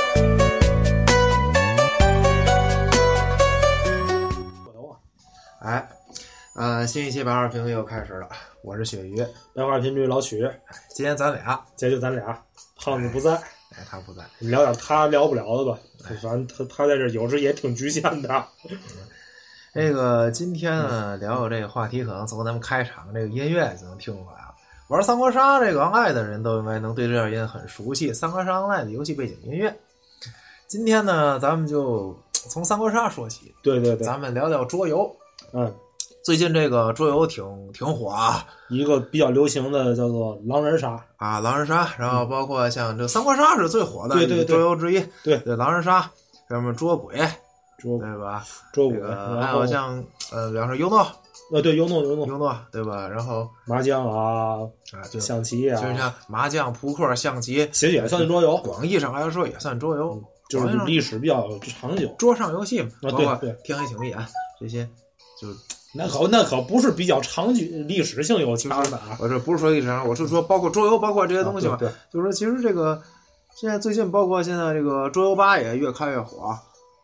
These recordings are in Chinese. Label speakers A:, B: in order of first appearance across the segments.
A: 啊
B: 哎呃新一期白话频率又开始了，我是鳕鱼。
A: 白话频率老许，
B: 今天咱俩，
A: 今儿就咱俩，胖子不在，
B: 哎，他不在，
A: 聊点他聊不了的吧。反正他他在这儿有时也挺局限的。啊
B: 这个今天呢，聊聊这个话题，可能从咱们开场这个音乐就能听出来啊。玩三国杀这个 online 的人都应该能对这段音乐很熟悉，三国杀 online 的游戏背景音乐。今天呢，咱们就从三国杀说起，
A: 对对对，
B: 咱们聊聊桌游。
A: 嗯，
B: 最近这个桌游挺挺火啊
A: 一个比较流行的叫做狼人杀，
B: 啊，狼人杀，然后包括像这三国杀是最火的
A: 嗯对对对
B: 桌游之一，
A: 对
B: 对，狼人杀，什么捉鬼，
A: 捉
B: 对吧？
A: 捉
B: 这
A: 鬼，
B: 个
A: 然
B: 还
A: 后
B: 有像呃，比方说游诺，
A: 呃对，游弄游弄
B: 游诺对吧？然后
A: 麻将啊，
B: 啊，就
A: 象棋
B: 就是
A: 啊，
B: 像麻将、扑克、象棋，
A: 其实也算桌游，
B: 广义上来说也算桌游，
A: 就是
B: 广义上
A: 历史比较长久。
B: 桌上游戏嘛，
A: 嗯啊
B: 包
A: 对
B: 括
A: 对
B: 天黑请闭眼这些，就是
A: 那可那可不是比较长久历史性有强的啊。
B: 我这不是说历史上，我是说包括桌游，包括这些东西嘛
A: 啊，对，对
B: 就是说其实这个现在最近包括现在这个桌游吧也越开越火，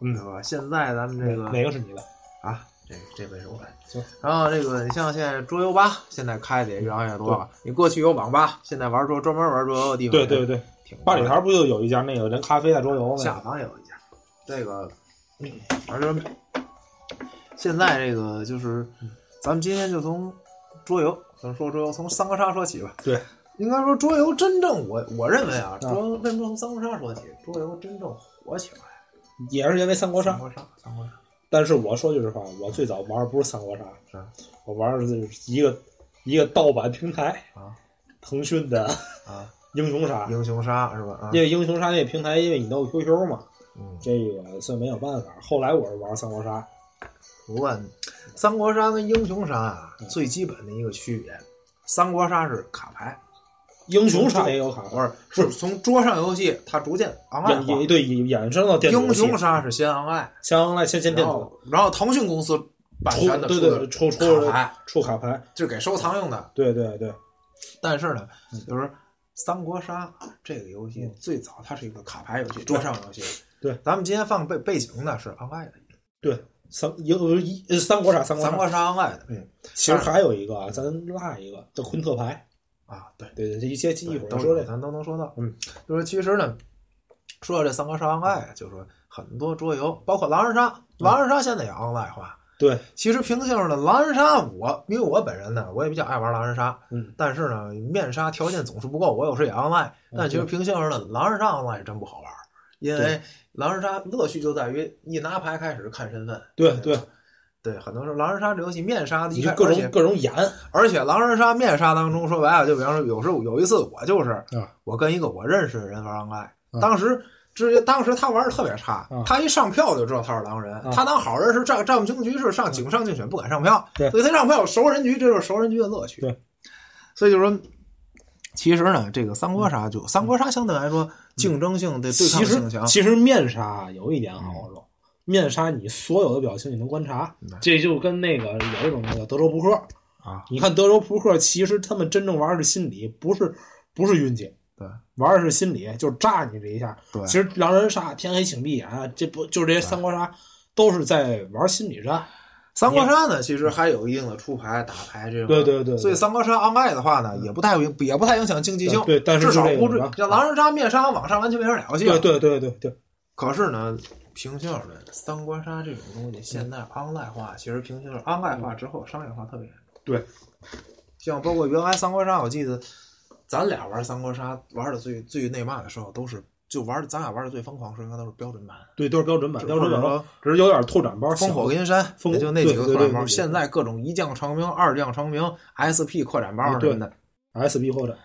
B: 对
A: 嗯，
B: 吧？现在咱们这个
A: 哪个是你的？
B: 啊，这这回是我的。
A: 行
B: 然后这个你像现在桌游吧，现在开的也越来越多了。你过去有网吧，现在玩桌专门玩桌游的地方，
A: 对对，对，
B: 挺多
A: 八
B: 的
A: 里台不就有一家那个人咖啡带桌游
B: 下
A: 吗？
B: 方有一家。这个，反正现在这个就是，
A: 嗯
B: 咱们今天就从桌游，咱们说桌游，从三国杀说起吧。
A: 对，
B: 应该说桌游真正我我认为啊，桌游为什么从三国杀说起？桌游真正火起来，
A: 也是因为三国杀
B: 三。国杀，三国杀。
A: 但是我说句实话，我最早玩儿不是三国杀，
B: 是啊
A: 我玩的是一个一个盗版平台
B: 啊，
A: 腾讯的
B: 啊，
A: 英雄杀。
B: 英雄杀是吧？啊，
A: 因为英雄杀那平台，因为你都有 QQ 嘛，
B: 嗯，
A: 这个所以没有办法。后来我是玩三国杀，
B: 不过三国杀跟英雄杀啊，
A: 嗯
B: 最基本的一个区别，三国杀是卡牌，
A: 英雄杀也有卡
B: 不
A: 牌，
B: 是是从桌上游戏它逐渐 online
A: 衍也
B: 化。
A: 对衍衍生到电子游
B: 英
A: 戏
B: 雄杀是先 online，
A: 相来先先
B: 然
A: 电子
B: 后然后腾讯公司版
A: 出
B: 权的
A: 对对出出
B: 出的卡牌，
A: 出卡牌，
B: 就是给收藏用的。
A: 对对对，
B: 但是呢
A: 嗯，
B: 就是三国杀这个游戏最早它是一个卡牌游戏，桌上游戏。
A: 对，
B: 咱们今天放背背景呢是 online 的，
A: 三英一呃三国杀三国
B: 三
A: 杀，
B: 国杀 online 的
A: 其实还有一个啊，咱落一个叫昆特牌，
B: 啊，对。
A: 对对，这一些一会
B: 都
A: 儿说
B: 有
A: 这个，
B: 咱都能说到。
A: 嗯，
B: 就是其实呢，说到这三国杀 online，就说很多桌游，包括狼人杀，狼人杀现在也 online 化。
A: 嗯对，
B: 其实平性的狼人杀我，因为我本人呢，我也比较爱玩狼人杀，
A: 嗯，
B: 但是呢，面杀条件总是不够，我有时也 online，
A: 嗯
B: 但其实平性的狼人杀 online 真不好玩，因为狼人杀乐趣就在于一拿牌开始看身份，
A: 对
B: 吧对，很多时候狼人杀这游戏面杀的
A: 你
B: 一
A: 就
B: 开，
A: 各
B: 而且
A: 种各种演，
B: 而且狼人杀面杀当中，说白了，就比方说，有时候有一次我就是，
A: 嗯
B: 我跟一个我认识的人玩狼爱，
A: 嗯
B: 当时直接当时他玩的特别差，
A: 嗯
B: 他一上票就知道他是狼人，
A: 嗯
B: 他当好人是占占不清局是上井上竞选不敢上票，
A: 啊对
B: 所以他上票熟人局，这就是熟人局的乐趣。
A: 对，
B: 所以就说。其实呢，这个三国杀就三国杀相对来说竞争性对对
A: 其
B: 抗
A: 实
B: 性强，
A: 嗯其实面纱有一点好处，面纱你所有的表情你能观察
B: 嗯，
A: 这就跟那个有一种那个德州扑克
B: 啊，
A: 你看德州扑克，其实他们真正玩的是心理，不是不是运气，
B: 对，
A: 玩的是心理，就是炸你这一下。
B: 对
A: 其实狼人杀、天黑请闭眼，啊这不就是这些三国杀，都是在玩心理战。
B: 三国杀呢，其实还有一定的出牌、打牌这种。
A: 对对对对嗯
B: 所以三国杀 online 的话呢，也不太影也不太影响竞技性。
A: 对对但是
B: 至少
A: 就这个
B: 不至
A: 吧
B: 像狼人杀、面杀、网上完全没人了解。
A: 对。对对对对，
B: 可是呢，平心而论，三国杀这种东西现在 online 化，其实平心而论 online 化之后商业化特别严重。
A: 对。
B: 像包括原来三国杀，我记得咱俩玩三国杀玩的最最那嘛的时候，都是就玩的咱俩玩的最疯狂的时候，应该都是标准版。
A: 对都是标准版，
B: 就
A: 标准
B: 或者
A: 版
B: 说，
A: 只是有点拓展包。
B: 烽火
A: 小
B: 跟山，
A: 烽火
B: 也就那几个扩
A: 对对
B: 展
A: 对对
B: 包。
A: 对
B: 现在各种一将成名、二将成名、SP 扩展
A: 啊
B: 包什么的，
A: SP 或者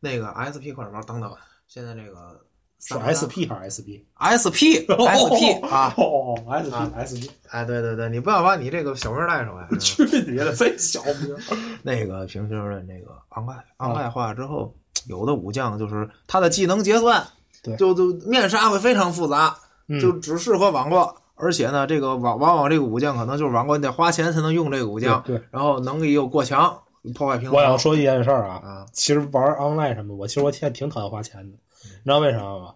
B: 那个 SP 扩展包等等。现在这个
A: 是 SP 还是 SP？
B: SP SP 啊，
A: 哦哦，SP SP。
B: 哎，对对对，你不要把你这个小名带上来。嗯
A: 去你的，贼小名。
B: 那个平时的那个昂盖昂盖化之后，有的武将就是他的技能结算，
A: 对
B: 就就面杀会非常复杂，
A: 嗯
B: 就只适合网络。而且呢，这个往往往这个武将可能就是网络，你得花钱才能用这个武将，
A: 对对
B: 然后能力又过强，破坏平衡。
A: 我想说一件事儿啊，
B: 啊，
A: 其实玩 online 什么，我其实我现在挺讨厌花钱的，你知道为什么吗？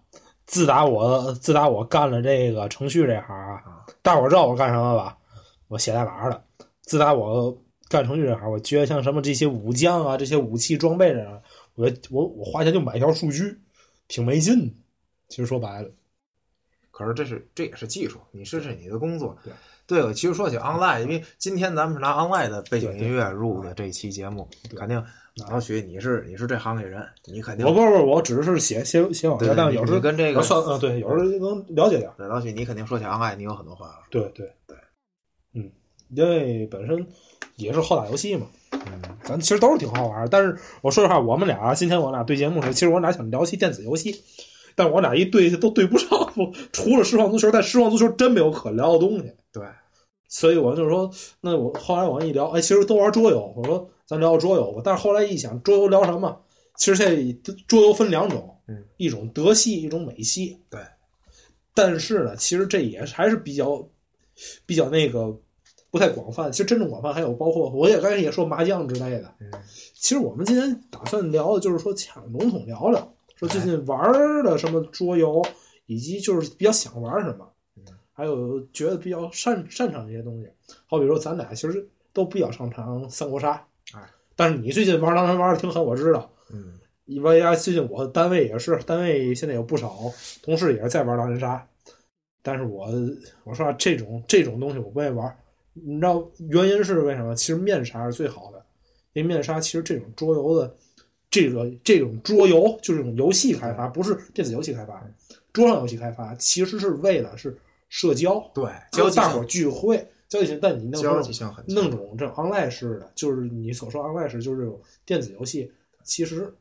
A: 自打我自打我干了这个程序这行啊，大伙儿知道我干什么吧？我写代码的。自打我干程序这行，我觉得像什么这些武将啊、这些武器装备这样，我我我花钱就买一条数据，挺没劲的。其实说白了，
B: 可是这是这也是技术，你试试你的工作
A: 对。
B: 对了，其实说起 online，因为今天咱们是拿 online 的背景
A: 对对
B: 音乐入的这期节目，
A: 对
B: 肯定老许你是你是这行里人，你肯定
A: 我不是不是，我只是写写写网
B: 对
A: 站，但
B: 你
A: 是有时候
B: 你跟这个
A: 我算嗯，对，有时候能了解点儿。
B: 对老许你肯定说起 online，你有很多话要说。
A: 对对对，嗯，因为本身也是好打游戏嘛，
B: 嗯，
A: 咱其实都是挺好玩儿。但是我说实话，我们俩啊今天我俩对节目的时候，其实我俩想聊些电子游戏，但是我俩一对都对不上，除了实况足球，但实况足球真没有可聊的东西。
B: 对，
A: 所以我就说，那我后来我一聊，哎，其实都玩桌游，我说咱聊聊桌游吧。但是后来一想，桌游聊什么？其实这桌游分两种，
B: 嗯，
A: 一种德系，一种美系。
B: 对，
A: 但是呢，其实这也是还是比较比较那个不太广泛。其实真正广泛还有包括我也刚才也说麻将之类的。
B: 嗯，
A: 其实我们今天打算聊的就是说，抢笼统聊聊，说
B: 哎
A: 最近玩儿的什么桌游，以及就是比较想玩什么
B: 嗯，
A: 还有觉得比较擅擅长这些东西。好比说，咱俩其实都比较擅长三国杀，
B: 哎，
A: 但是你最近玩狼人玩的挺狠，我知道。
B: 嗯，
A: 因为呀，最近我单位也是，单位现在有不少同事也是在玩狼人杀，但是我我说、啊、这种这种东西我不爱玩，你知道原因是为什么？其实面杀是最好的，因为面杀其实这种桌游的这个这种桌游就是这种游戏开发，不是电子游戏开发，桌上游戏开发其实是为了是社交，
B: 对，
A: 交
B: 交际
A: 大伙
B: 性
A: 儿聚会交际性，但你弄
B: 交际性很强
A: 弄种这种 online 式的，就是你所说 online 式，就是这种电子游戏，其实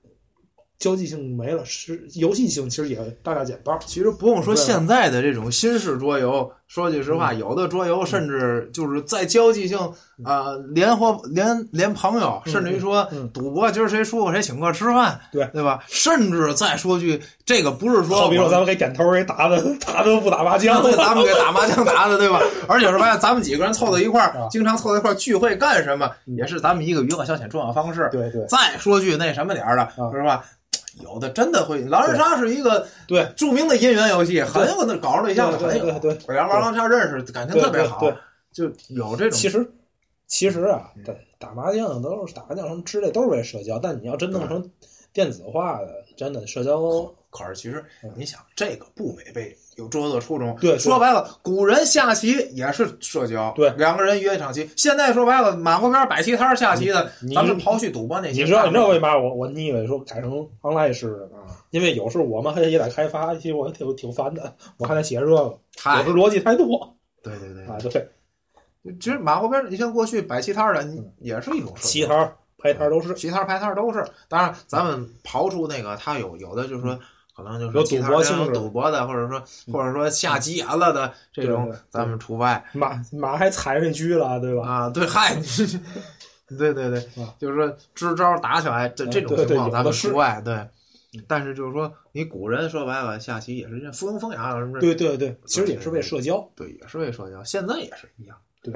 A: 交际性没了，是游戏性其实也大大减半儿。
B: 其实不用说
A: 对嗯
B: 现在的这种新式桌游，说句实话，有的桌游甚至就是在交际性啊、呃连或连连朋友，
A: 嗯
B: 甚至于说
A: 嗯
B: 赌博，今儿谁输过谁请客吃饭，
A: 对
B: 对吧？甚至再说句，这个不是说
A: 好比说
B: 我
A: 咱们给点头儿给打的打的不打麻将，
B: 对，咱们给打麻将打的，对吧？而且是发现咱们几个人凑到一块
A: 啊
B: 儿，经常凑到一块儿聚会干什么，
A: 嗯
B: 也是咱们一个娱乐消遣重要方式。
A: 对对啊
B: 再说句那什么点儿的，是吧？有的真的会，狼人杀是一个
A: 对
B: 著名的姻缘游戏，很有那搞上对象的，
A: 对
B: 很有
A: 对对对。
B: 我俩玩狼人杀认识，感情特别好
A: 对，
B: 就有这种嗯
A: 其实其实啊，对打麻将都是打麻将什么之类都是为社交，但你要真弄成电子化的，真的社交
B: 可是其实你想，这个不违背有桌子的初衷。
A: 嗯对对
B: 说白了，古人下棋也是社交，
A: 对
B: 两个人约一场棋。现在说白了，马路边摆棋摊儿下棋的
A: 嗯你，你
B: 咱们刨去赌博那些，
A: 你知道你知道为
B: 为
A: 嘛我我腻歪说改成 online 式的吗？
B: 啊
A: 因为有时候我们还也得开发，其实我挺挺烦的，我还得写这个，有
B: 太
A: 时候逻辑太多
B: 对对对
A: 啊。对，
B: 对，其实马路边儿你像过去摆棋摊儿的，你也是一种
A: 嗯
B: 社交
A: 棋摊儿、牌摊儿都是
B: 棋摊儿、牌摊儿都是。当然，咱们刨出那个，他有有的就是说，可能就
A: 嗯有
B: 是说
A: 赌
B: 棋摊
A: 博
B: 儿
A: 性
B: 上有
A: 质嗯
B: 赌博的，或者说或者说下急眼了的这
A: 对
B: 种
A: 对对，
B: 咱们除外
A: 马马还踩上车了，对吧？
B: 啊。对，嗨，对对对
A: 啊，
B: 就是说支招打起来，这
A: 嗯
B: 这种
A: 对
B: 情
A: 对有
B: 况
A: 的
B: 咱们
A: 是嗯
B: 除外。对，但是就是说，你古人说白了，下棋也是这附庸风雅，什么
A: 对对对，其实也是为社交。
B: 对，也是为社交，现在也是一样。
A: 对，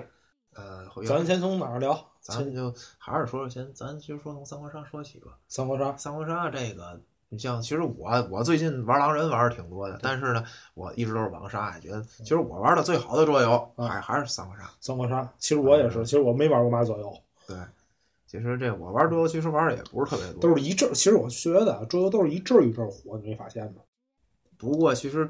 B: 呃，回
A: 咱先从哪儿聊？
B: 咱
A: 先
B: 们就还是说先，咱就说从三国杀说起吧。
A: 三国杀，
B: 三国杀这个，你像其实我我最近玩狼人玩的挺多的，但是呢，我一直都是狼杀，也觉得其实我玩的最好的桌游
A: 嗯
B: 还还是三国杀。
A: 三国杀，其实我也
B: 嗯
A: 是，其实我没玩过马左右，
B: 对，其实这我玩桌游其实玩的也不是特别多，
A: 都是一阵儿。其实我觉得啊桌游都是一阵儿一阵儿火，你没发现吗？
B: 不过其实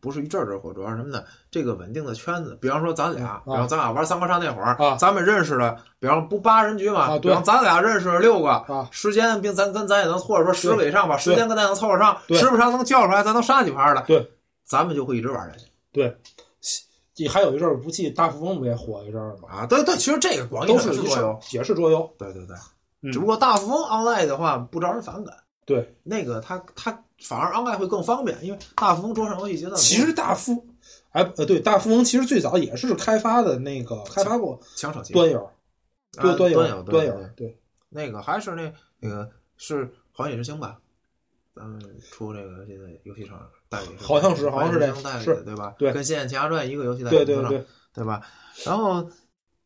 B: 不是一阵儿阵儿火，主要是什么呢？这个稳定的圈子，比方说咱俩，
A: 嗯啊
B: 比方咱俩玩三国杀那会儿，
A: 啊
B: 咱们认识的，比方不八人局嘛，
A: 啊对
B: 比方咱俩认识了六个，
A: 啊
B: 时间并咱咱咱也能或者说十个以上吧，
A: 对
B: 时间跟咱能凑得上，
A: 对
B: 时不常能叫出来，咱能杀几盘的，
A: 对，
B: 咱们就会一直玩下去
A: 这还有一阵儿，不记大富翁不也火一阵儿吗？
B: 啊。对对，其实这个广义
A: 都
B: 上
A: 是一
B: 桌
A: 阵儿
B: 游，，
A: 也是桌游。
B: 对对对，
A: 嗯
B: 只不过大富翁 online 的话不招人反感，
A: 对，
B: 那个它它反而 online 会更方便，因为大富翁桌上游戏阶段
A: 其实大富，哎呃，对，大富翁其实最早也是开发的那个开发过
B: 抢手机
A: 端友，对
B: 啊
A: 端友
B: 端友
A: 端
B: 端
A: 友，对
B: 那个还是那那个是《环宇之星》吧？咱们出这个现在游戏厂代理，
A: 好像是好像是这
B: 环宇之星代理
A: 是
B: 的，对吧？
A: 对
B: 跟《仙剑奇侠传》一个游戏代理
A: 对
B: 厂
A: 对
B: 商，
A: 对，
B: 对吧？然后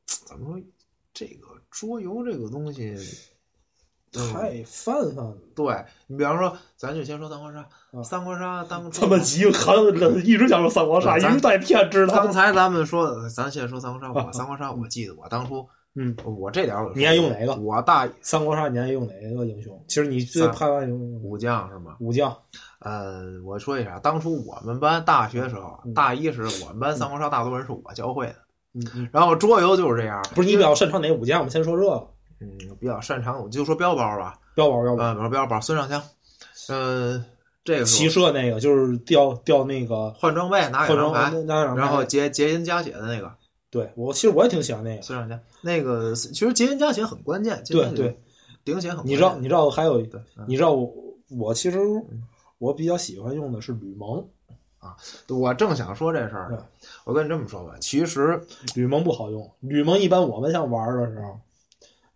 B: 怎么说，这个桌游这个东西，嗯
A: 太泛 泛了，
B: 对你比方说，咱就先说三国杀，
A: 啊
B: 三国杀当初
A: 这么急，还一直想说三国杀，
B: 对
A: 一
B: 咱
A: 直在骗知道
B: 刚
A: 吗？
B: 才咱们说，咱先说三国杀，我三国杀，我记得我当初
A: 嗯，
B: 我这点儿我
A: 你爱用哪个
B: 我大意
A: 三国杀你爱用哪个英雄？其实你最
B: 三
A: 怕爱用
B: 武将是吗？
A: 武将，
B: 呃，我说一下，当初我们班大学时候，
A: 嗯
B: 大一时我们班三国杀大多人是我教会的，
A: 嗯嗯，
B: 然后桌游就是这样，
A: 不是你
B: 因
A: 比
B: 为
A: 较擅长哪武将？我们先说这个，
B: 嗯比较擅长，我就说标包吧，
A: 标宝标宝，
B: 啊，比如说标包孙尚香，呃，这个
A: 骑
B: 是
A: 射那个就是掉掉那个
B: 我换装备拿
A: 换
B: 野
A: 装
B: 狼牌，
A: 那那
B: 然后结结银加血的那个
A: 对我其实我也挺喜欢那个，
B: 孙尚香，那个其实结银加血很关键，
A: 对对，
B: 顶血很关键
A: 你知道你知道还有
B: 对，嗯
A: 你知道我我其实我比较喜欢用的是吕蒙，
B: 我正想说这事儿呢，我跟你这么说吧，其实
A: 吕蒙不好用，吕蒙一般我们像玩儿的时候，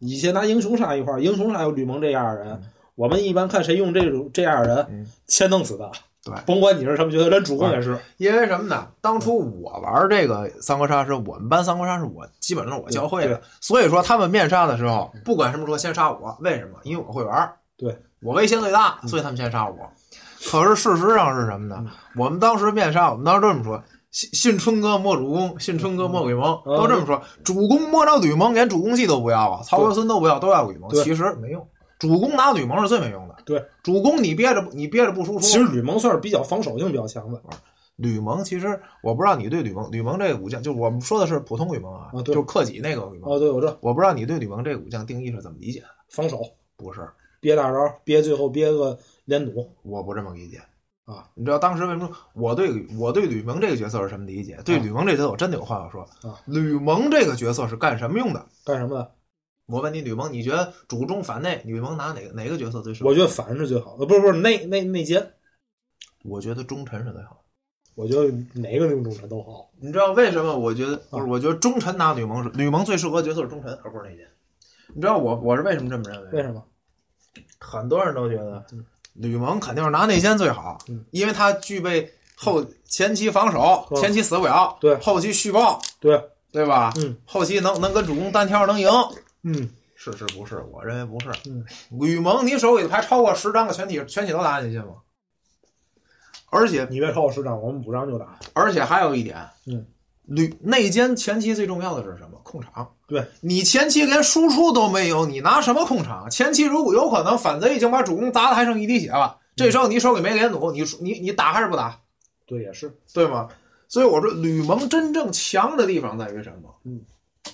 A: 以前拿英雄杀一块儿，英雄杀有吕蒙这样的人。我们一般看谁用这种这样的人
B: 嗯，
A: 先弄死他。
B: 对
A: 甭管你是什么角色，连主公也是。
B: 因为什么呢？当初
A: 嗯
B: 我玩这个三国杀是我们班三国杀是我基本上是我教会
A: 对嗯
B: 的，所以说他们面杀的时候，不管什么时候先杀我，为什么？因为我会玩儿，
A: 对
B: 我威胁最大，所以他们先杀我。可是事实上是什么呢
A: 嗯？
B: 我们当时面杀，我们当时这么说。信信春哥莫主公，信春哥莫鬼盟，
A: 嗯
B: 都这么说。主公莫招吕蒙，连主公系都不要啊！曹国孙都不要，都要鬼盟。
A: 对
B: 其实没用，主公拿吕蒙是最没用的。
A: 对，
B: 主公你憋着，你憋着不输出。
A: 其实吕蒙算是比较防守性比较强的。
B: 吕蒙其实我不知道你对吕蒙，吕蒙这个武将，就是我们说的是普通吕蒙啊，
A: 啊对
B: 就是克己那个吕蒙。
A: 哦，对，我这
B: 我不知道你对吕蒙这个武将定义是怎么理解的？
A: 防守
B: 不是，
A: 憋大招，憋最后憋个连弩。
B: 我不这么理解
A: 啊。
B: 你知道当时为什么说我对吕我对吕蒙这个角色是什么理解？对吕蒙这角色我真的有话要说。
A: 啊
B: 吕蒙这个角色是干什么用的？
A: 干什么的？
B: 我问你，吕蒙，你觉得主中反内，吕蒙拿哪个哪个角色最适合？
A: 我觉得反是最好的，不是不是内内内奸，
B: 我觉得忠臣是最好的。
A: 我觉得哪个领主神都好。
B: 你知道为什么？我觉
A: 啊
B: 得不是，我觉得忠臣拿吕蒙是吕蒙最适合的角色是忠臣，而不是内奸。你知道我我是为什么这么认为吗？
A: 为什么？
B: 很多人都觉得
A: 嗯
B: 吕蒙肯定是拿内奸最好
A: 嗯，
B: 因为他具备后前期防守，
A: 嗯
B: 前期死不了，
A: 对
B: 后期续报，
A: 对，
B: 对吧？
A: 嗯，
B: 后期能能跟主公单挑能赢，
A: 嗯，
B: 是是不是？我认为不是。
A: 嗯，
B: 吕蒙，你手里的牌超过十张的全体全体都打进去吗？而且
A: 你别超我十张，我们五张就打。
B: 而且还有一点，
A: 嗯，
B: 吕内奸前期最重要的是什么？控场。
A: 对
B: 你前期连输出都没有，你拿什么控场？前期如果有可能，反贼已经把主公砸的还剩一滴血
A: 嗯
B: 了，这时候你手里没连弩，你你你打还是不打，
A: 对，也是。
B: 对吗？所以我说吕蒙真正强的地方在于什么？
A: 嗯，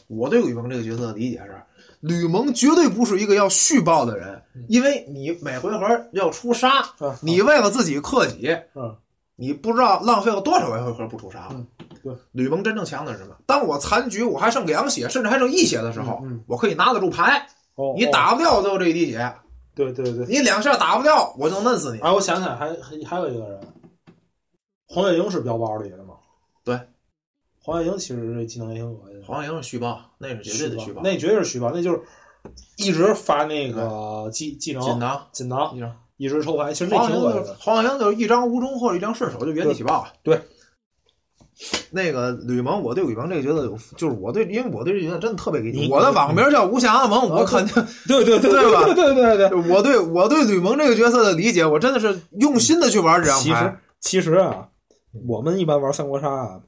B: 我对吕蒙这个角色的理解是，吕蒙绝对不是一个要续报的人，
A: 嗯
B: 因为你每回合要出杀，
A: 啊，
B: 你为了自己克己，
A: 嗯，
B: 你不知道浪费了多少回合不出杀了。
A: 对
B: 吕蒙真正强的是什么？当我残局，我还剩两血，甚至还剩一血的时候，
A: 嗯嗯
B: 我可以拿得住牌。
A: 哦，
B: 你
A: 哦
B: 打不掉就这一滴血，
A: 对对对。
B: 你两下打不掉，我就弄死你。
A: 哎，我想起来还还还有一个人，黄月英是标包里的吗？
B: 对，
A: 黄月英其实这技能也挺恶心的，
B: 黄莹是虚报，那是绝对的虚报。嗯
A: 那绝对是虚报，那就是一直发那个技技能
B: 锦囊，
A: 锦囊，
B: 一张
A: 一直抽牌，其实那
B: 黄
A: 挺
B: 莹
A: 恶
B: 就
A: 心
B: 是
A: 的。
B: 黄莹就是一张无中或者一张顺手就原地起爆。
A: 对，
B: 那个吕蒙，我对吕蒙这个角色有，就是我对，因为我对这角色真的特别理解。
A: 你
B: 我的网名叫无暇蒙，我
A: 啊
B: 肯定
A: 对对对
B: 对吧
A: 对对对对对。
B: 我对我对吕蒙这个角色的理解，我真的是用心的去玩这
A: 嗯
B: 张
A: 其实
B: 牌。
A: 其实啊，我们一般玩三国杀啊，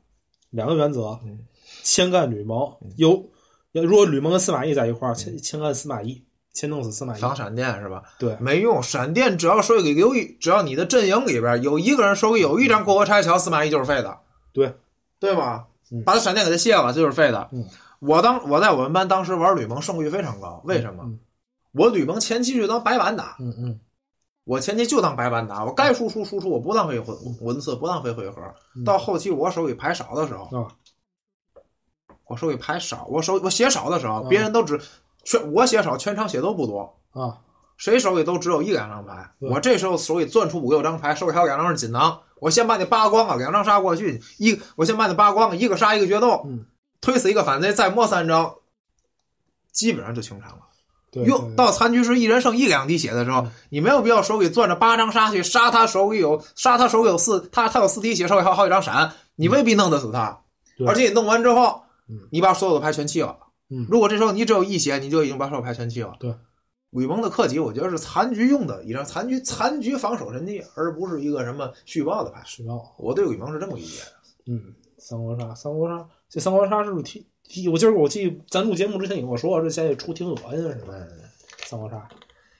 A: 两个原则
B: 嗯，
A: 先干吕蒙，有要如果吕蒙跟司马懿在一块儿，
B: 嗯
A: 先先干司马懿，先弄死司马懿。
B: 防闪电是吧？
A: 对
B: 没用，闪电只要手里有一，只要你的阵营里边有一个人手里有一张过河拆桥，司马懿就是废的。
A: 对，
B: 对吧？
A: 嗯
B: 把他闪电给他卸了，这就是废的。
A: 嗯
B: 我当我在我们班当时玩吕蒙胜率非常高，为什么？
A: 嗯
B: 我吕蒙前期就当白板打，
A: 嗯嗯，
B: 我前期就当白板打，我该输出输出，我不浪费文文字，不浪费回合。
A: 嗯
B: 到后期我手里牌少的时候，
A: 啊
B: 我手里牌少，我手我血少的时候，
A: 啊
B: 别人都只全我血少，全场血都不多，
A: 啊，
B: 谁手里都只有一两张牌。
A: 对
B: 我这时候手里攥出五六张牌，手里还有两张是锦囊，我先把你扒光啊了，两张杀过去，一我先把你扒光了，一个杀一个决斗，
A: 嗯
B: 推死一个反贼，再摸三张，基本上就清场了。
A: 对，对
B: 用
A: 对
B: 到残局时一人剩一两滴血的时候
A: 嗯，
B: 你没有必要手里攥着八张杀去杀他手里有杀他手里有四他他有四滴血，手里还有好几张闪，你未必弄得死他。
A: 嗯对
B: 而且你弄完之后
A: 嗯，
B: 你把所有的牌全弃了。
A: 嗯
B: 如果这时候你只有一血，你就已经把所有牌全弃了。
A: 对，
B: 吕蒙的克己，我觉得是残局用的一张残局残局防守神器，而不是一个什么续报的牌。
A: 是要
B: 我对吕蒙是这么理解的。
A: 嗯，三国杀，三国杀，这三国杀是不是挺第一我今儿我记咱录节目之前你跟我说这现在出挺恶心的是吧？三国杀，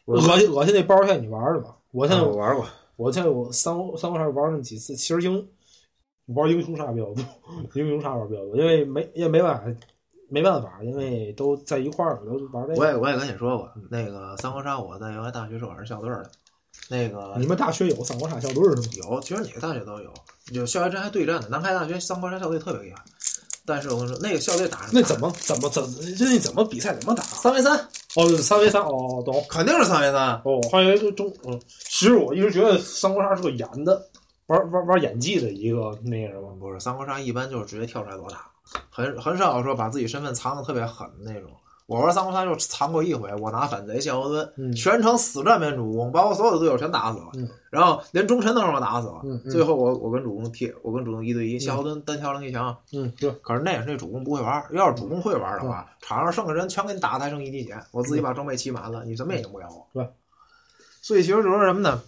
B: 我啊
A: 恶心恶心那包现在你玩了吗？我现在、
B: 我玩过，
A: 我现在我三国三国杀玩那么几次，其实英玩英雄杀比较多，英雄杀玩比较多，因为没也没办法没办法，因为都在一块儿了，都玩这
B: 我
A: 个。
B: 也我也跟你说过，那个三国杀我在原来大学时候我是校队儿的，那个
A: 你们大学有三国杀校队是吗？
B: 有，其实哪个大学都有，有校园之还对战的，南开大学三国杀校队特别厉害，但是我跟你说那个校队打
A: 那怎么怎么怎最近怎么比赛怎么打？
B: 三 v 三，
A: 哦，三 v 三哦，懂。
B: 肯定是三 v 三，
A: 哦，我还以为是中，嗯，其实我一直觉得三国杀是个演的，玩玩玩演技的一个那个什么。
B: 不是三国杀一般就是直接跳出来裸打，很很少有说把自己身份藏的特别狠的那种。我玩三国杀就藏过一回，我拿反贼谢侯惇，
A: 嗯
B: 全程死战边主公，把我所有的队友全打死了，
A: 嗯
B: 然后连忠臣都让我打死了。
A: 嗯
B: 最后我我跟主公贴，我跟主公一对一，谢侯惇单挑能力强，
A: 嗯，对，
B: 可是那也是那主公不会玩儿，要是主公会玩儿的
A: 嗯
B: 话，场上剩个人全给你打，还剩一滴血，我自己把装备骑满了，你什么也赢不了我。
A: 对，
B: 所以其实就是什么呢？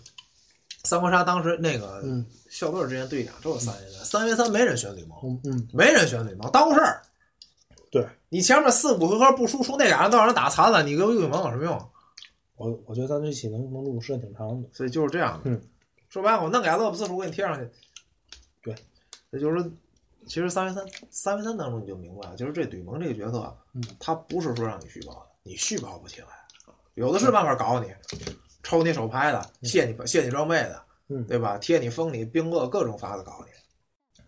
B: 三国杀当时那个
A: 嗯
B: 校队之间对打就是三 v 三，三 v 三没人选吕蒙，
A: 嗯嗯，
B: 没人选吕蒙，当回事儿。
A: 对
B: 你前面四五回合不输，输那俩人都让人打残了，你给我吕蒙有什么用？
A: 我我觉得咱这期能能录时间挺长的。
B: 所以就是这样的。
A: 嗯
B: 说白了，我弄俩乐不思蜀给你贴上去。
A: 对，
B: 也就是说，其实三 v 三三 v 三当中你就明白了，就是这吕蒙这个角色，啊
A: 嗯
B: 他不是说让你虚报的，你虚报不起来，有
A: 嗯
B: 的是办法搞你，抽你手牌的，卸你卸你装备的，
A: 嗯
B: 对吧？贴你封你兵恶各种法子搞你。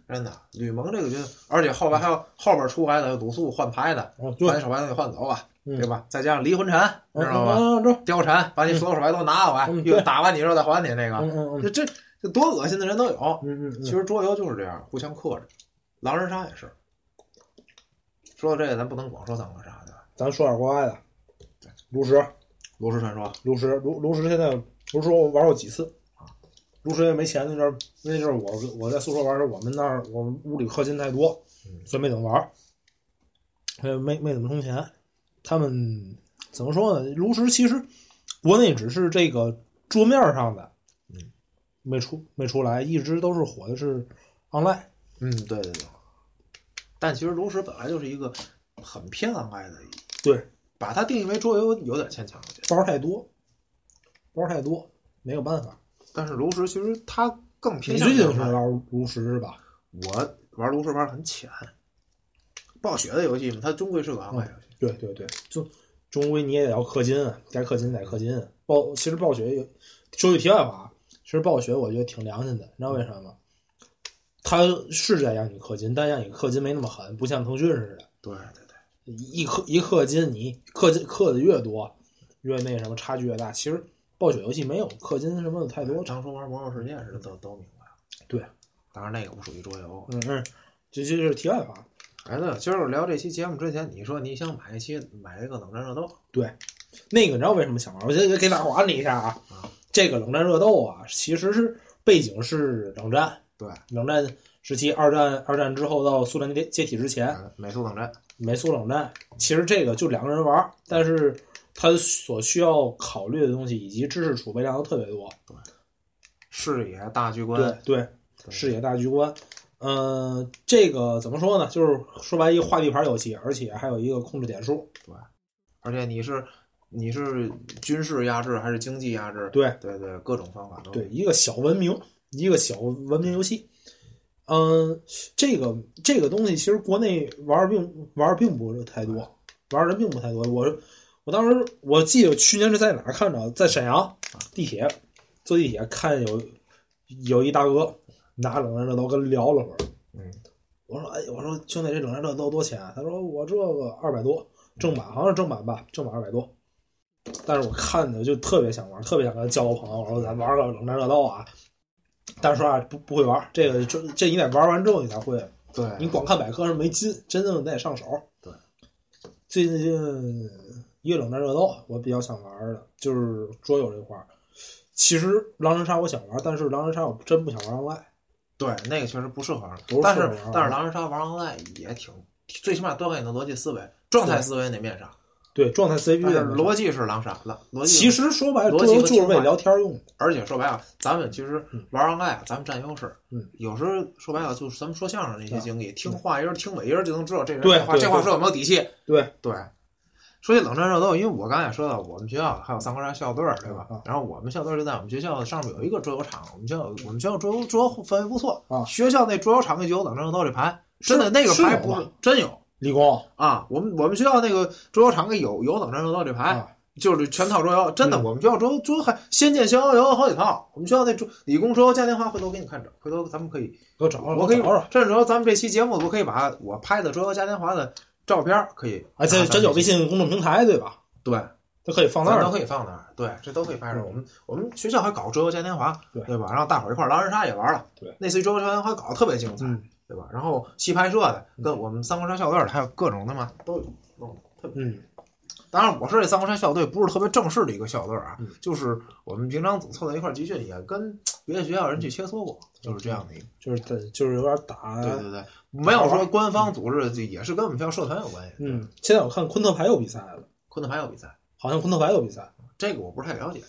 B: 真的，吕蒙这个角色，而且后边还有后边出来的有鲁肃换牌的，
A: 哦，对
B: 把，你手牌都给换走吧，
A: 嗯
B: 对吧？再加上离魂禅，知道吧？
A: 嗯嗯嗯
B: 貂蝉把你所有手牌都拿过来，
A: 嗯
B: 又
A: 对
B: 打完你之后再还你那个，
A: 嗯嗯
B: 这这这多恶心的人都有。
A: 嗯嗯
B: 其实桌游就是这样，互相克制。狼人杀也是。说到这个，咱不能光说三国杀，对吧？
A: 咱说点国外的，炉石，
B: 炉石传说，
A: 炉石，炉炉石现在炉石我玩过几次，啊炉石因为没钱那阵儿，那阵儿我我在宿舍玩的时候，我们那儿我们屋里氪金太多
B: 嗯，
A: 所以没怎么玩儿，呃，没没怎么充钱。他们怎么说呢？炉石其实国内只是这个桌面上的，
B: 嗯，
A: 没出没出来，一直都是火的是 online。
B: 嗯，对对对。但其实炉石本来就是一个很偏狼爱的，
A: 对，
B: 把它定义为桌游有点牵强，我觉得。
A: 包太多，包太多，没有办法。
B: 但是炉石其实它更
A: 你
B: 偏向
A: 最
B: 于
A: 近是
B: 狼爱。
A: 玩炉石是吧？
B: 我玩炉石玩得很浅，暴雪的游戏嘛，它终归是个狼爱游戏。
A: 对对对，终终归你也要氪金，啊，该氪金得氪金。暴其实暴雪有，说句题外话啊，其实暴雪我觉得挺良心的，你知道为什么吗？他是在让你氪金，但让你氪金没那么狠，不像腾讯似的，
B: 对对对。
A: 一氪一氪金你氪金氪的越多，越那什么差距越大。其实暴雪游戏没有氪金什么的太多
B: 我，当初玩魔兽世界似的都都明白了。
A: 对，
B: 当然那个不属于桌游。
A: 嗯嗯，这这是题外话。
B: 哎，对了，今儿聊这期节目之前，你说你想买一期买一个冷战热斗，
A: 那个你知道为什么想玩？我先给大伙安利一下啊
B: 啊，
A: 这个冷战热斗啊，其实是背景是冷战。
B: 对，
A: 冷战时期，二战二战之后到苏联解解体之前，
B: 美苏冷战，
A: 美苏冷战，其实这个就两个人玩儿，但是他所需要考虑的东西以及知识储备量都特别多。
B: 视野大局观，
A: 对对，视野大局观。嗯、这个怎么说呢？就是说白一个画地盘游戏，而且还有一个控制点数。
B: 而且你是你是军事压制还是经济压制？
A: 对
B: 对对，各种方法都有
A: 对，一个小文明，一个小文明游戏。嗯、这个这个东西其实国内玩儿并玩儿并不是太多，玩儿人并不太多。我我当时我记得去年是在哪儿看着，在沈阳啊地铁坐地铁看有有一大哥拿冷战热斗跟聊了会儿，
B: 嗯，
A: 我说哎，我说兄弟这冷战热斗多少钱啊、他说我这个二百多，正版好像是正版吧，正版二百多。但是我看的就特别想玩，特别想跟他交个朋友，我说咱玩个冷战热斗啊。但是说啊，不不会玩这个，这这你得玩完之后你才会。
B: 对，
A: 你光看百科是没劲，真正得上手。
B: 对，
A: 最近一个冷战热斗，我比较想玩的就是桌游这块儿。其实狼人杀我想玩，但是狼人杀我真不想玩 online。
B: 对那个确实不适合
A: 不是，
B: 但
A: 适合玩
B: 但是狼人杀玩 online 也挺，最起码锻炼你的逻辑思维、状态思维，你得面上。
A: 对，状态 CP
B: 但是
A: 的
B: 逻辑是狼杀了，逻辑
A: 其实说白了，
B: 逻
A: 桌
B: 辑
A: 游
B: 和
A: 就是
B: 情
A: 为
B: 怀
A: 聊天用的。
B: 而且说白了，咱们其实玩儿 online 啊，咱们占优势。
A: 嗯，
B: 有时候说白了，就是咱们说相声那些
A: 啊
B: 经历，听话音儿、听尾音儿就能知道这人
A: 对
B: 这话
A: 对
B: 这话
A: 对
B: 说有没有底气。
A: 对
B: 对，说起冷战热斗，因为我刚才也说到，我们学校还有三国杀校队儿，对吧
A: 啊？嗯
B: 然后我们校队儿就在我们学校上面有一个桌游场，我们学校我们学校桌游桌游氛围不错
A: 啊
B: 学校那桌游场那就有冷战热斗这盘，
A: 是
B: 真的那个
A: 是有
B: 牌不是
A: 吗
B: 真有
A: 李工
B: 啊。我们我们学校那个桌游场有有冷战热斗这牌。
A: 啊，嗯
B: 就是全套桌游，真的，我们学校桌游桌游还《仙剑逍遥游》好几套，我们学校那桌理工桌游嘉年华，回头给你看着，回头咱们可以，
A: 给我找找，
B: 我可以
A: 找找。
B: 甚至说咱们这期节目，我可以把我拍的桌游嘉年华的照片儿可以
A: 哎，
B: 拿咱
A: 这
B: 们这
A: 咱有微
B: 期，
A: 信公众平台对吧？
B: 对，
A: 它可以放那
B: 咱
A: 儿
B: 都
A: 的。
B: 可以放那儿，对，这都可以拍上。
A: 嗯
B: 我们我们学校还搞桌游嘉年华，
A: 对
B: 对吧？让大伙儿一块儿狼人杀也玩了，
A: 对，
B: 那次桌游嘉年华搞得特别精彩，
A: 嗯
B: 对吧？然后戏拍社的，
A: 嗯
B: 跟我们三国杀校队儿的，还有各种的嘛，都有弄得特别
A: 嗯，
B: 当然，我说这三国杀校队不是特别正式的一个校队啊，
A: 嗯
B: 就是我们平常总凑在一块儿集训，也跟别的学校人去切磋过，就是这样的一个。
A: 就是它就是有点打。啊
B: 对对对，没有说官方组织，就也是跟我们学校社团有关系。
A: 嗯，现在我看昆特牌有比赛了，
B: 昆特牌有比赛，
A: 好像昆特牌有比赛
B: 这个我不是太了解。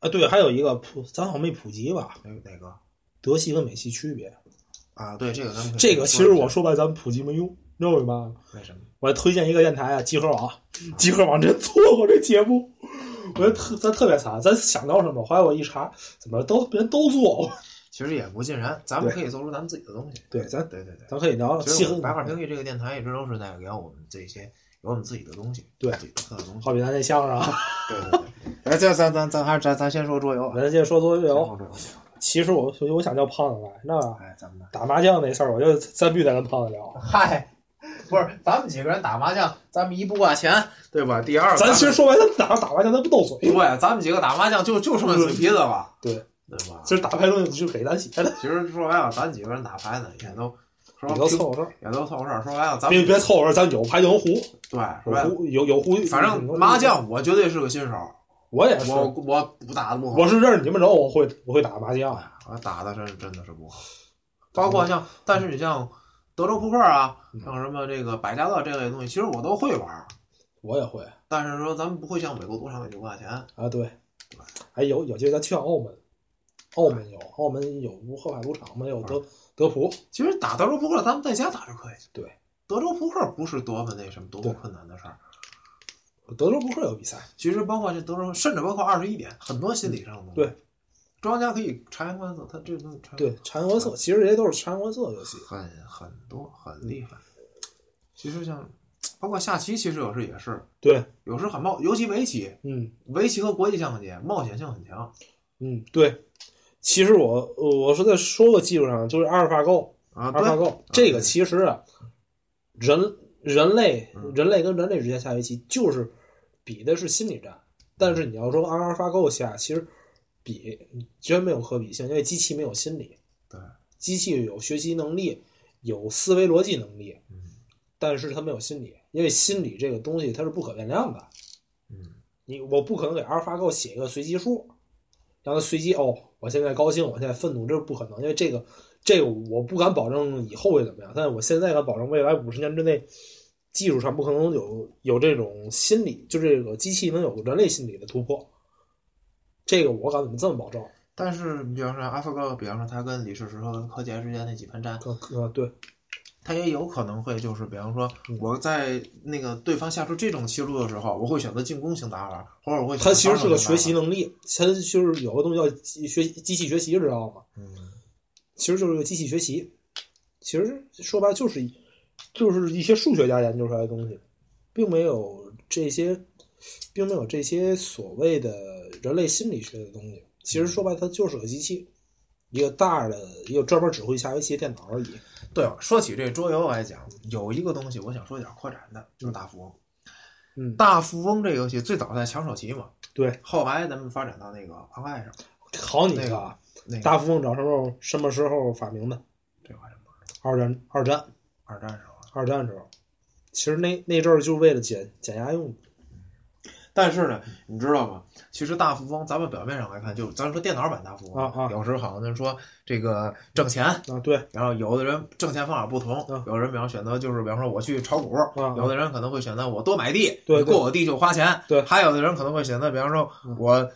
A: 啊。对，还有一个普，咱好像没普及吧？
B: 哪哪个
A: 德系和美系区别，
B: 哎啊？对，这个咱们可以
A: 这个其实我说
B: 说
A: 白，咱们普及没用，你知道为嘛吗？
B: 一下为什么？
A: 我还推荐一个电台啊，集合网，集合网真错过这节目，我觉得特咱特别惨，咱想到什么，后来我一查，怎么都人都做，
B: 其实也不尽然，咱们
A: 对
B: 可以做出咱们自己的东西。
A: 对，咱
B: 对对对，
A: 咱可以聊
B: 其
A: 契
B: 实我
A: 合
B: 们，白话评剧这个电台一直都是在聊我们这些有我们自己的东西，
A: 对
B: 自己独特的东西。
A: 好比咱那相声啊，
B: 对对对。 哎，这咱咱咱还是咱咱先说桌游啊，
A: 咱接着说桌
B: 先
A: 游，
B: 说桌游。
A: 其实我我想叫胖子来，那
B: 哎，咱们的。
A: 打麻将那事儿，我就咱必须得跟胖子 聊，
B: 嗨，不是，咱们几个人打麻将，咱们一不挂钱，对吧？第二，
A: 咱其实说白了，咱打打麻将咱不斗嘴，
B: 对，咱们几个打麻将就就这么嘴皮子了，
A: 嗯对
B: 对吧？
A: 其实打牌东西就是给咱写的，
B: 其实说白了，咱几个人打牌呢，也都说
A: 你都
B: 挺
A: 凑合着，
B: 也都凑合事儿。说白了，咱
A: 别
B: 们
A: 别凑合，咱有牌就能胡，
B: 对说白
A: 有
B: 了，
A: 胡有有胡，
B: 反正麻将我绝对是个新手，
A: 我也哎是，
B: 我我不打的不好，
A: 我是认识你们之后，我会我会打麻将。啊
B: 我打的是真的是不好。包括像，但是你像德州扑克啊，
A: 嗯
B: 像什么这个百家乐这类东西，其实我都会玩儿，
A: 我也会
B: 但是说咱们不会像美国赌场里九块钱。
A: 啊，对，哎，有有机会咱去趟澳门，澳门有澳门有无后海赌场嘛，有
B: 嗯
A: 德德普，
B: 其实打德州扑克，咱们在家打就可以。
A: 对，
B: 德州扑克不是多么那什么，多么困难的事儿。
A: 德州扑克有比赛，
B: 其实包括这德州，甚至包括二十一点，很多心理上的东西。
A: 对，
B: 庄家可以察言观色，他这东西察言
A: 对，察言观色，其实这些都是察言观色的游戏。
B: 很很多很厉害。其实像包括下棋，其实有时也是
A: 对，
B: 有时很冒，尤其围棋，
A: 嗯
B: 围棋和国际象棋冒险性很强
A: 嗯，对。其实我我是在说个技术上，就是阿尔法 Go，
B: 啊。
A: 阿尔法
B: 对，
A: Go 这个其实啊，人人类
B: 嗯
A: 人类跟人类之间下围棋就是比的是心理战，但是你要说阿尔法 Go 下，其实比绝没有可比性，因为机器没有心理，
B: 对，
A: 机器有学习能力，有思维逻辑能力，
B: 嗯
A: 但是它没有心理，因为心理这个东西它是不可变量的，
B: 嗯，
A: 你我不可能给阿尔法狗写一个随机数，让它随机哦，我现在高兴，我现在愤怒，这是不可能，因为这个这个我不敢保证以后会怎么样，但是我现在敢保证未来五十年之内，技术上不可能有有这种心理，就这个机器能有人类心理的突破，这个我敢怎么这么保证？
B: 但是你比方说阿富哥，比方说他跟李世石和柯洁之间那几盘战，
A: 呃呃，对，
B: 他也有可能会就是，比方说
A: 嗯
B: 我在那个对方下出这种棋路的时候，我会选择进攻型打法，或者我会选择
A: 它其实是个
B: 防守
A: 学习
B: 型
A: 能力，它就是有个东西叫机学机器学习，知道吗？
B: 打法。嗯，
A: 其实就是个机器学习，其实说白了就是一就是一些数学家研究出来的东西，并没有这些，并没有这些所谓的人类心理学的东西。其实说白了，它就是个机器，一个大的一个专门只会下围棋的电脑而已。
B: 对了，说起这桌游来讲，有一个东西我想说一点扩展的，就是大富翁。
A: 嗯，
B: 大富翁这个游戏最早在抢手棋嘛，
A: 对，
B: 后来咱们发展到那个 online 上，
A: 好你
B: 那
A: 个
B: 个
A: 啊
B: 那个
A: 大富翁找什么时候什么时候发明的？
B: 这玩意儿
A: 二战二战
B: 二战时候。
A: 二战时候，其实那那阵儿就为了减减压用的。
B: 但是
A: 嗯
B: 呢，你知道吗？其实大富翁，咱们表面上来看，就咱说电脑版大富翁，
A: 啊啊
B: 有时候好像就说这个挣钱，
A: 啊，对啊
B: 然后有的人挣钱方法不同，
A: 嗯
B: 有的人比方选择就是比方说我去炒股，
A: 啊
B: 有的人可能会选择我多买地，
A: 对对
B: 你过我地就花钱，
A: 对
B: 还有的人可能会选择比方说
A: 嗯
B: 我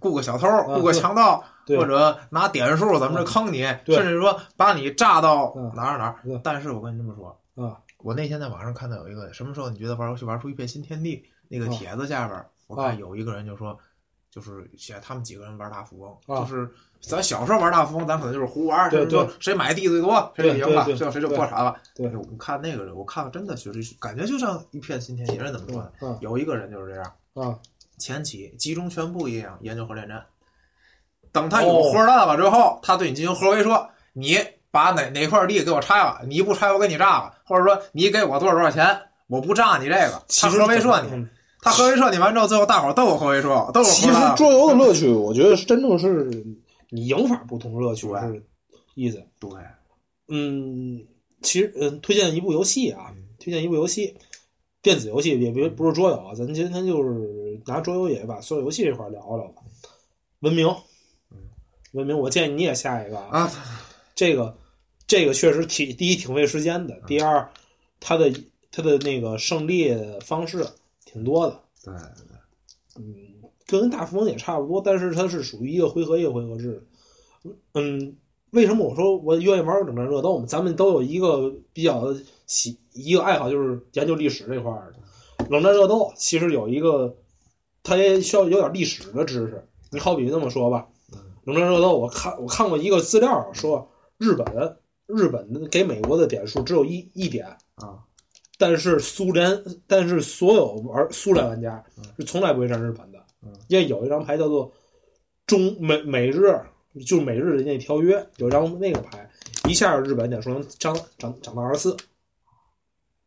B: 雇个小偷，
A: 啊
B: 雇个
A: 对
B: 强盗，
A: 对嗯
B: 或者拿点数咱们这坑你，
A: 对
B: 甚至说把你炸到
A: 嗯
B: 哪儿哪儿。
A: 对
B: 但是我跟你这么说，
A: 啊
B: 我那天在网上看到有一个什么时候你觉得玩游戏玩出一片新天地那个
A: 啊
B: 帖子下边儿，我
A: 啊
B: 看有一个人就说，就是写他们几个人玩大富翁，
A: 啊
B: 就是咱小时候玩大富翁，咱可能就是胡玩，
A: 对
B: 就是说谁买地最多谁就
A: 对
B: 赢了，
A: 对对
B: 这谁就破产了。
A: 对
B: 哎我看那个人，我看了真的就是感觉就像一片新天地。人怎么说呢？
A: 啊
B: 有一个人就是这样，
A: 啊
B: 前期集中全部一样研究核电站，等他
A: 哦
B: 有核弹了之后，他对你进行核威说，你把哪哪块地给我拆了，你不拆我给你炸了，或者说你给我多少多少钱，我不炸你这个。他核威说你，
A: 嗯
B: 他核威说你完之后，最后大伙儿都有核威说，都有
A: 其
B: 核
A: 实
B: 弹。
A: 桌游的乐趣，我觉得是真正是你赢法不同，乐趣
B: 对
A: 是意思。
B: 对，
A: 嗯，其实嗯，推荐一部游戏啊
B: 嗯，
A: 推荐一部游戏，电子游戏也别不是桌游啊，咱今天就是拿桌游也把所有游戏这块聊聊吧。文明
B: 嗯，
A: 文明，我建议你也下一个啊，
B: 啊，
A: 这个这个确实挺第一挺费时间
B: 嗯
A: 的，第二它的它的那个胜利的方式挺多的，
B: 对，
A: 嗯，跟大富翁也差不多，但是它是属于一个回合一个回合制。嗯，为什么我说我愿意玩冷战热斗嘛？咱们都有一个比较喜一个爱好，就是研究历史这块儿的。冷战热斗其实有一个，它也需要有点历史的知识。你好比这么说吧
B: 嗯，
A: 冷战热斗，我看我看过一个资料说，日本日本给美国的点数只有一一点，
B: 啊，
A: 但是苏联，但是所有玩苏联玩家
B: 嗯
A: 是从来不会站日本的
B: 嗯，
A: 因为有一张牌叫做中美美日，就是美日的那条约，有一张那个牌，一下日本点数能涨涨涨到二十四，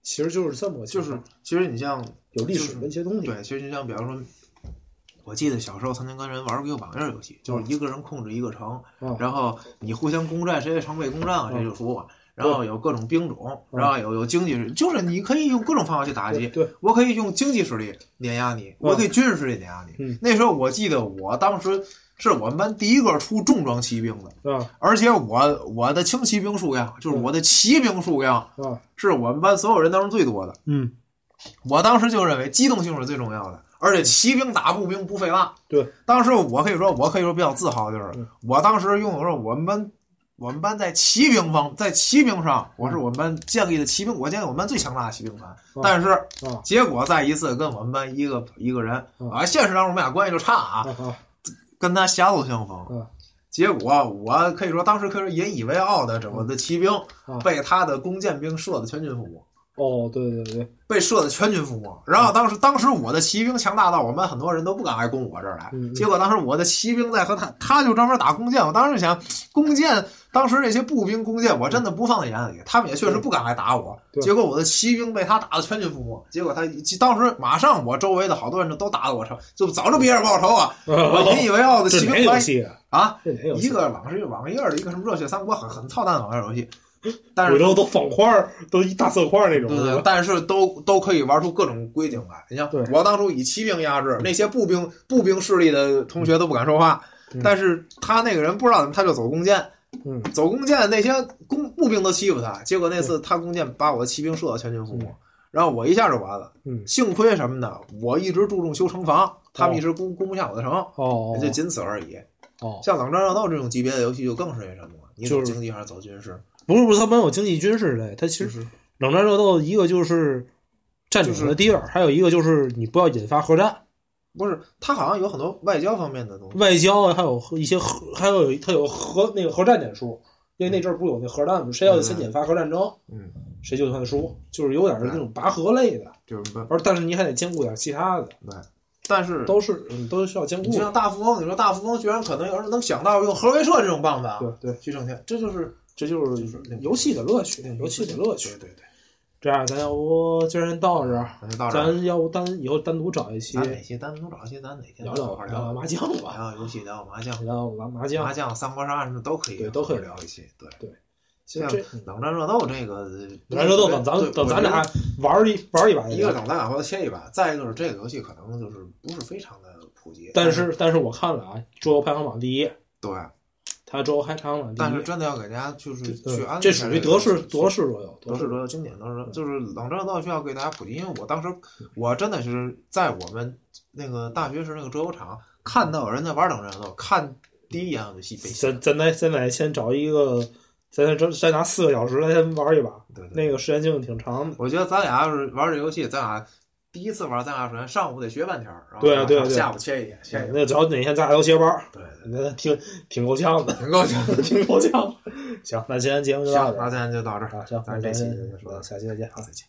A: 其实就是这么个情
B: 就
A: 况，
B: 是其实你像
A: 有历史的一些东西，
B: 对，其实就像比方说，我记得小时候曾经跟人玩过一个网页游戏，就是一个人控制一个城，
A: 嗯
B: 然后你互相攻占，谁的城被攻占了，谁就输了。然后有各种兵种，
A: 嗯
B: 然后有有经济，就是你可以用各种方法去打
A: 对
B: 击。
A: 对
B: 我可以用经济实力碾压你，我可以军事实力碾压你
A: 嗯。
B: 那时候我记得我当时是我们班第一个出重装骑兵的，
A: 啊
B: 而且我我的轻骑兵数量，就是
A: 嗯
B: 我的骑兵数量，
A: 啊
B: 是我们班所有人当中最多的。
A: 嗯
B: 我当时就认为机动性是最重要的，而且骑兵打步兵不费蜡。
A: 对，
B: 当时我可以说，我可以说比较自豪，就是、
A: 嗯
B: 我当时用的是我们班，我们班在骑兵方，在骑兵上，我是我们班建立的骑兵，我建立我们班最强大的骑兵团。
A: 嗯
B: 但是
A: 啊
B: 结果在一次跟我们班一个一个人
A: 嗯
B: 啊，现实当中我们俩关系就差啊，
A: 啊啊
B: 跟他狭路相逢。
A: 嗯
B: 结果我可以说，当时可以说引以为傲的，我的骑兵
A: 嗯
B: 被他的弓箭兵射的全军覆没。
A: 哦对对对
B: 被射的全军覆没。然
A: 嗯
B: 后当时当时我的骑兵强大到我们很多人都不敢来攻我这儿来
A: 嗯嗯。
B: 结果当时我的骑兵在和他，他就专门打弓箭。我当时想，弓箭当时那些步兵弓箭，我真的不放在眼里，他们也确实不敢来打我。
A: 对
B: 结果我的骑兵被他打的全军覆没。结果他当时马上我周围的好多人就都打的我仇，就早就别人报仇啊！我引以为傲的
A: 哦这
B: 骑
A: 哪
B: 兵
A: 游
B: 团
A: 戏啊？
B: 啊，
A: 这哪游
B: 一
A: 戏？
B: 个网是网页的一个什么热血三国很很操蛋的网页游戏，但是
A: 鬼州都放花儿，都一大色花儿那种，
B: 对
A: 是
B: 对，
A: 吧？
B: 但是都都可以玩出各种规定来。你像
A: 对
B: 我当初以骑兵压制那些步兵步兵势力的同学都不敢说话，
A: 嗯
B: 但是他那个人不知道怎么他就走弓箭，
A: 嗯，
B: 走弓箭那些弓步兵都欺负他，结果那次他弓箭把我的骑兵射到全军覆没
A: 嗯，
B: 然后我一下就完了。
A: 嗯
B: 幸亏什么呢？我一直注重修城防，他们一直攻攻不下我的城，
A: 哦
B: 也就仅此而已。
A: 哦，
B: 像冷战热斗这种级别的游戏就更是那什么了，你走
A: 就是
B: 经济还是走军事？
A: 不是不是，它没有经济军事类，它其实
B: 是
A: 冷战热斗一个就是占领了地儿，还有一个就是你不要引发核战、
B: 不是？他好像有很多外交方面的东西。
A: 外交啊，还有一些核，还有它有核那个核战点数，因为那阵儿不有那核弹吗？谁要先引发核战争，
B: 嗯，
A: 谁就算输，就是有点儿那种拔河类的，
B: 就是不
A: 而但是你还得兼顾点其他的，
B: 但是
A: 都是嗯都需要兼
B: 你
A: 顾
B: 就
A: 的。
B: 像大富翁，你说大富翁居然可能有人能想到用核威慑这种办法
A: 对对，
B: 去挣钱，这就是
A: 这就是
B: 就是
A: 游戏的乐趣，游戏的乐趣。
B: 对对对，
A: 这样，咱要不今儿先到这儿，
B: 咱就到这儿。
A: 咱要不单以后单独找一期
B: 咱哪期单独找一期，咱哪天
A: 聊
B: 好
A: 聊
B: 哎好
A: 聊
B: 聊
A: 聊麻将吧，
B: 聊游戏，聊麻将，
A: 聊聊麻
B: 麻
A: 将。
B: 将、三国杀什么都可以，
A: 对都可以
B: 聊一期。对，
A: 对其实
B: 像
A: 这
B: 冷战热斗这个，
A: 来热斗等咱
B: 嗯对
A: 等
B: 我
A: 咱
B: 觉得
A: 俩玩一玩一把
B: 一个等咱俩或者歇一把，再一个是这个游戏可能就是不是非常的普及，
A: 但是但是我看了啊，桌游排行榜第一，
B: 对，
A: 它桌游排行榜
B: 但
A: 第
B: 是
A: 一，
B: 真的要给大家就是去
A: 对
B: 安利
A: 这
B: 一下
A: 属于
B: 个游
A: 德
B: 戏
A: 式德式桌游，
B: 德
A: 德
B: 式都是经典，都是就是冷战道需要给大家普及，因为我当时
A: 嗯
B: 我真的是在我们那个大学时那个桌游场看到有人在玩冷战道，看第一眼我就心被吓。
A: 咱咱得咱得先找一个，咱得咱再拿四个小时来先玩一把，
B: 对对，
A: 那个时间性挺长的。
B: 我觉得咱俩要是玩这游戏，咱俩第一次玩，咱俩首先上午得学半天儿，然后
A: 对啊对啊对啊
B: 下午歇一天，歇一天，
A: 那只要哪天咱俩都歇班儿，
B: 对，
A: 那挺挺够呛的，
B: 挺够呛。
A: 挺够呛的。行，那今天节目就到
B: 行，
A: 这
B: 那
A: 儿
B: 咱就到这儿，
A: 啊，行，
B: 咱这期就
A: 先
B: 说到这
A: 下期再见啊
B: 儿，。再见。